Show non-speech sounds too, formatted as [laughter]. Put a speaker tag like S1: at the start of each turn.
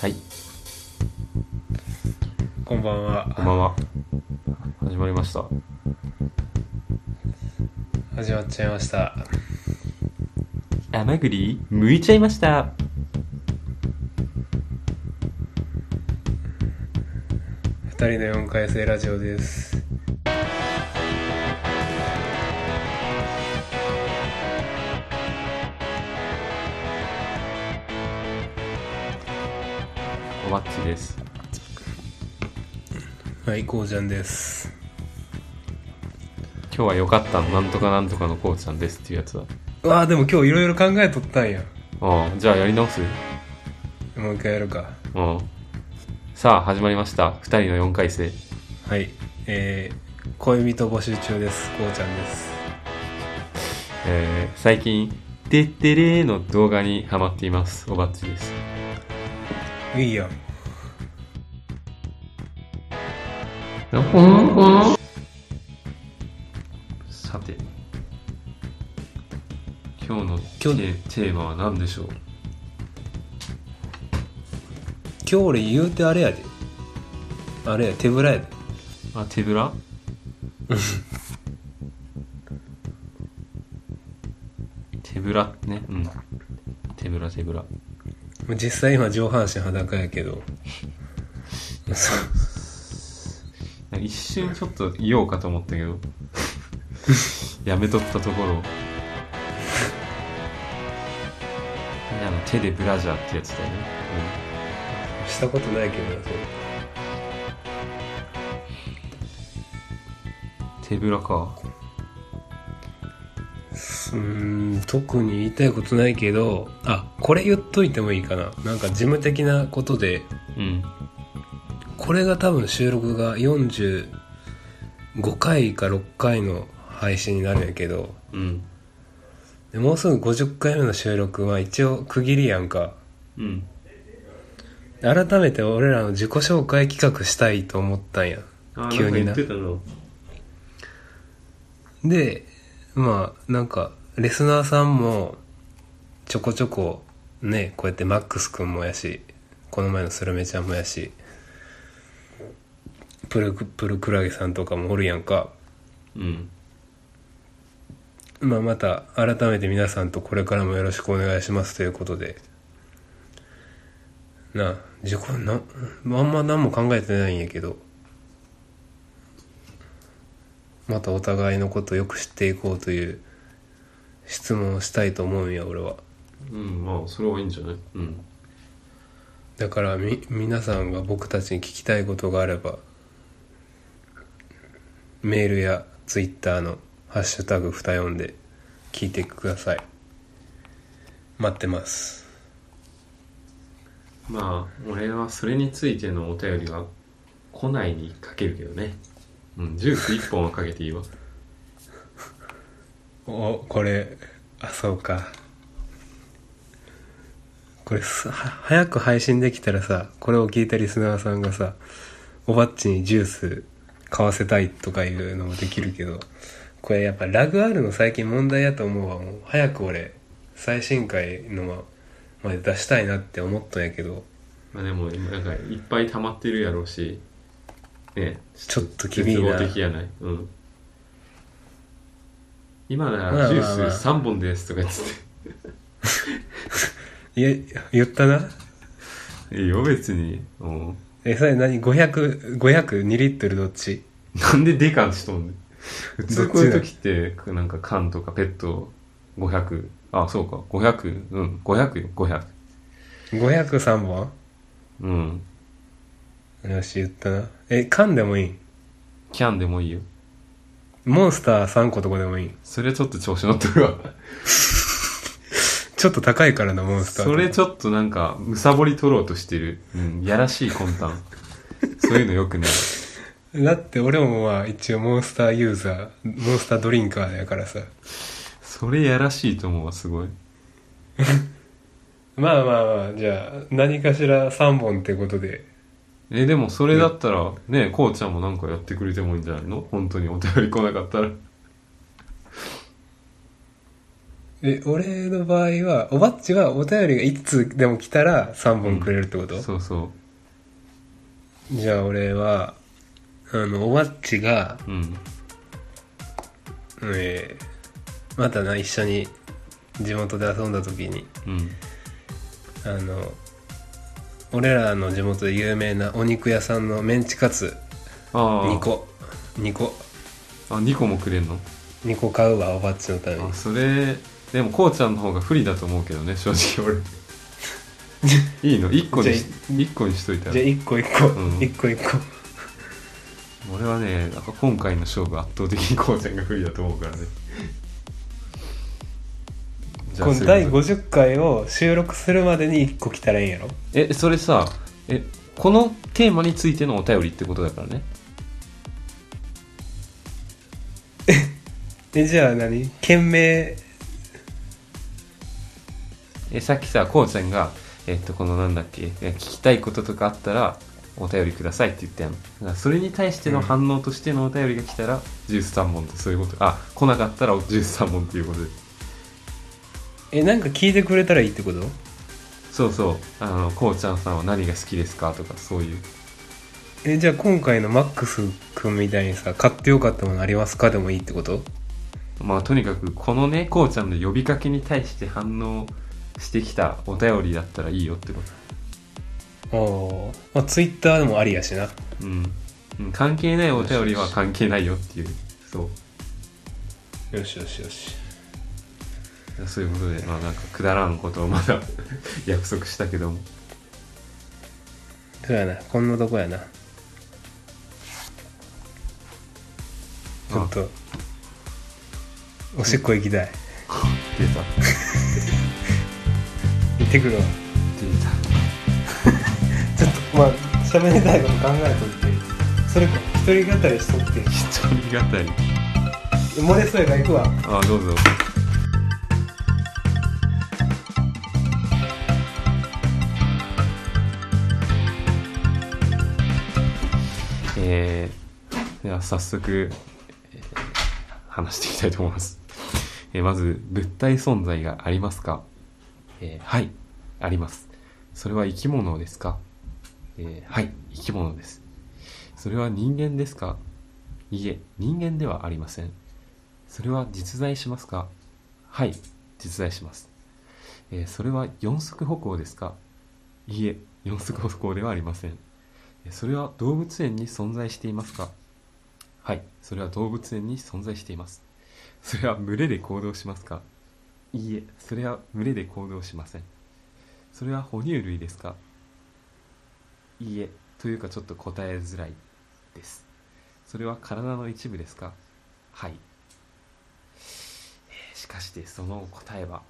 S1: はい、
S2: こんばんは
S1: こんばんは。始まりました。
S2: 始まっちゃいました
S1: 甘栗、剥いちゃいました。
S2: 二人の4回生ラジオです
S1: おばっちです。
S2: はいこうちゃんです
S1: 今日は良かった、なんとかなんとかのこうちゃんですっていうやつだ。
S2: うわあでも今日いろいろ考えとったんや
S1: ああ、じゃあやり直す
S2: もう一回やるか
S1: うん。さあ、始まりました。二人の四回生。
S2: はいえー、恋人募集中ですこうちゃんです
S1: えー、最近、てってれーの動画にハマっています。おばっちです。
S2: いいやん
S1: さて、今日のテ
S2: 今
S1: テーマは何でしょう
S2: 今日俺言うてあれやであれや手ぶらやで
S1: あ、手ぶら手ぶらね。うん。手ぶら手ぶら。
S2: まあ実際今上半身裸やけど [laughs] そう
S1: なんか一瞬ちょっと言おうかと思ったけ
S2: [laughs]
S1: ど、やめとったところを。あの手でブラジャーってやつだよね。
S2: したことないけどなそれ
S1: うん、手ぶらか。
S2: うーん特に言いたいことないけどあこれ言っといてもいいかななんか事務的なことで
S1: うん。
S2: これが多分収録が45回か6回の配信になるんやけど
S1: うん。
S2: でもうすぐ50回目の収録は一応区切りやんか
S1: うん。
S2: 改めて俺らの自己紹介企画したいと思ったんや急にな
S1: たの。
S2: でまあなんかレスナーさんもちょこちょこねこうやってマックスくんもやしこの前のスルメちゃんもやしプルクプルクラゲさんとかもおるやんか
S1: うん。
S2: まあ、また改めて皆さんとこれからもよろしくお願いしますということでなあ自己なあんま何も考えてないんやけどまたお互いのことよく知っていこうという質問をしたいと思うんや俺は
S1: うん、まあ、それはいいんじゃないうん。
S2: だからみ皆さんが僕たちに聞きたいことがあればメールやツイッターの「ハッシュタグふたよん」で聞いてください待ってます
S1: まあ俺はそれについてのお便りは来ないにかけるけどねうんジュース1本はかけていいわ
S2: おこれあそうかこれさは早く配信できたらさこれを聞いたリスナーさんがさおばっちにジュース買わせたいとかいうのもできるけどこれやっぱラグあるの最近問題やと思うわもう早く俺最新回のままで出したいなって思ったんやけど
S1: まあでもなんかいっぱい溜まってるやろうしね
S2: ちょっと厳し
S1: 絶
S2: い
S1: 望
S2: な
S1: 的やないうん今な
S2: まあまあまあ
S1: らジュース3本ですとか言って
S2: いや言ったな
S1: ていいよ別にうん
S2: えそれ何500502リットルどっち
S1: なんでデカンしとんねん普通
S2: どっちだ
S1: こういう時ってなんか缶とかペット500あそうか500うん500よ500
S2: 503本
S1: うん
S2: よし言ったなえ缶でもいい
S1: キャンでもいいよ
S2: モンスター3個とかでもいい
S1: それちょっと調子乗ってる
S2: [laughs]
S1: わ。
S2: ちょっと高いからなモンスター
S1: それ
S2: とか
S1: ちょっとなんか、むさぼり取ろうとしてる。うん、やらしい魂
S2: [laughs]
S1: 胆。そういうのよくない。
S2: だって俺もまあ一応モンスターユーザーモンスタードリンカーやからさ
S1: それやらしいと思うわ、すごい。
S2: まあまあまあじゃあ何かしら3本ってことで
S1: え、でもそれだったら、ね、こうちゃんもなんかやってくれても
S2: [laughs]
S1: いいんじゃないの本当にお便り来なかったら。
S2: え、俺の場合は、おばっちはお便りが1通でも来たら3本くれるってこと、
S1: そうそ
S2: じゃあ俺は、あの、おばっちが、
S1: ううん
S2: えーまたな、一緒に地元で遊んだ時に、
S1: うん
S2: あの、俺らの地元で有名なお肉屋さんのメンチカツ
S1: ああ
S2: 2個、2個、
S1: あ2個もくれんの
S2: 2個買うわ、おばっちのために
S1: あ。それでもこうちゃんの方が不利だと思うけどね正直
S2: [laughs]
S1: 俺いいの1個にし
S2: じゃ
S1: 一個にしといたら
S2: じゃあ1個1個、
S1: うん
S2: 1個1個。
S1: 俺はねなんか今回の勝負圧倒的にこうちゃんが不利だと思うからねじゃあ
S2: こ
S1: そ
S2: の
S1: う
S2: 第
S1: いうこと
S2: 50回を収録するまでに1個来たらええんやろ
S1: えそれさえこのテーマについてのお便りってことだからね
S2: え、じゃあ何件名、
S1: えさっきさこうちゃんがえっとこのなんだっけえ聞きたいこととかあったらお便りくださいって言ったやんだからそれに対しての反応としてのお便りが来たらジュース3本ってそういうことあ来なかったらジュース3本っていうことで
S2: え、なんか聞いてくれたらいいってこと
S1: そうそうあのこうちゃんさんは何が好きですかとかそういう
S2: えじゃあ今回のマックス君みたいにさ買ってよかったものありますかでもいいってこと
S1: まあとにかくこのねこうちゃんの呼びかけに対して反応してきたお便りだったらいいよってこ
S2: ああまあツイッターでもありやしな
S1: とうん、うん、関係ないお便りは関係ないよっていうそう
S2: よしよしよし
S1: そういうことで、まあなんかくだらんことをまだ [laughs] 約束したけども。
S2: そうやなこんなとこやなちょっとおしっこ行きたい
S1: 出た。
S2: 行ってくるわ
S1: 出
S2: ちょっとまあ喋りたいこと考えとってそれか一人語りしとって
S1: た。一人語り。
S2: 漏れそうやから行くわ
S1: ああ、どうぞ。えー、では早速、えー話していきたいと思います。えーまず、物体存在がありますか、えーはい、あります。それは生き物ですか、えーはい、生き物です。それは人間ですかいいえ、人間ではありません。それは実在しますかはい、実在します。えーそれは四足歩行ですかいいえ、四足歩行ではありません。えーそれは動物園に存在していますかはい、それは動物園に存在しています。それは群れで行動しますかいいえ、それは群れで行動しません。それは哺乳類ですかいいえ、というかちょっと答えづらいです。それは体の一部ですかはい。しかしてその答えは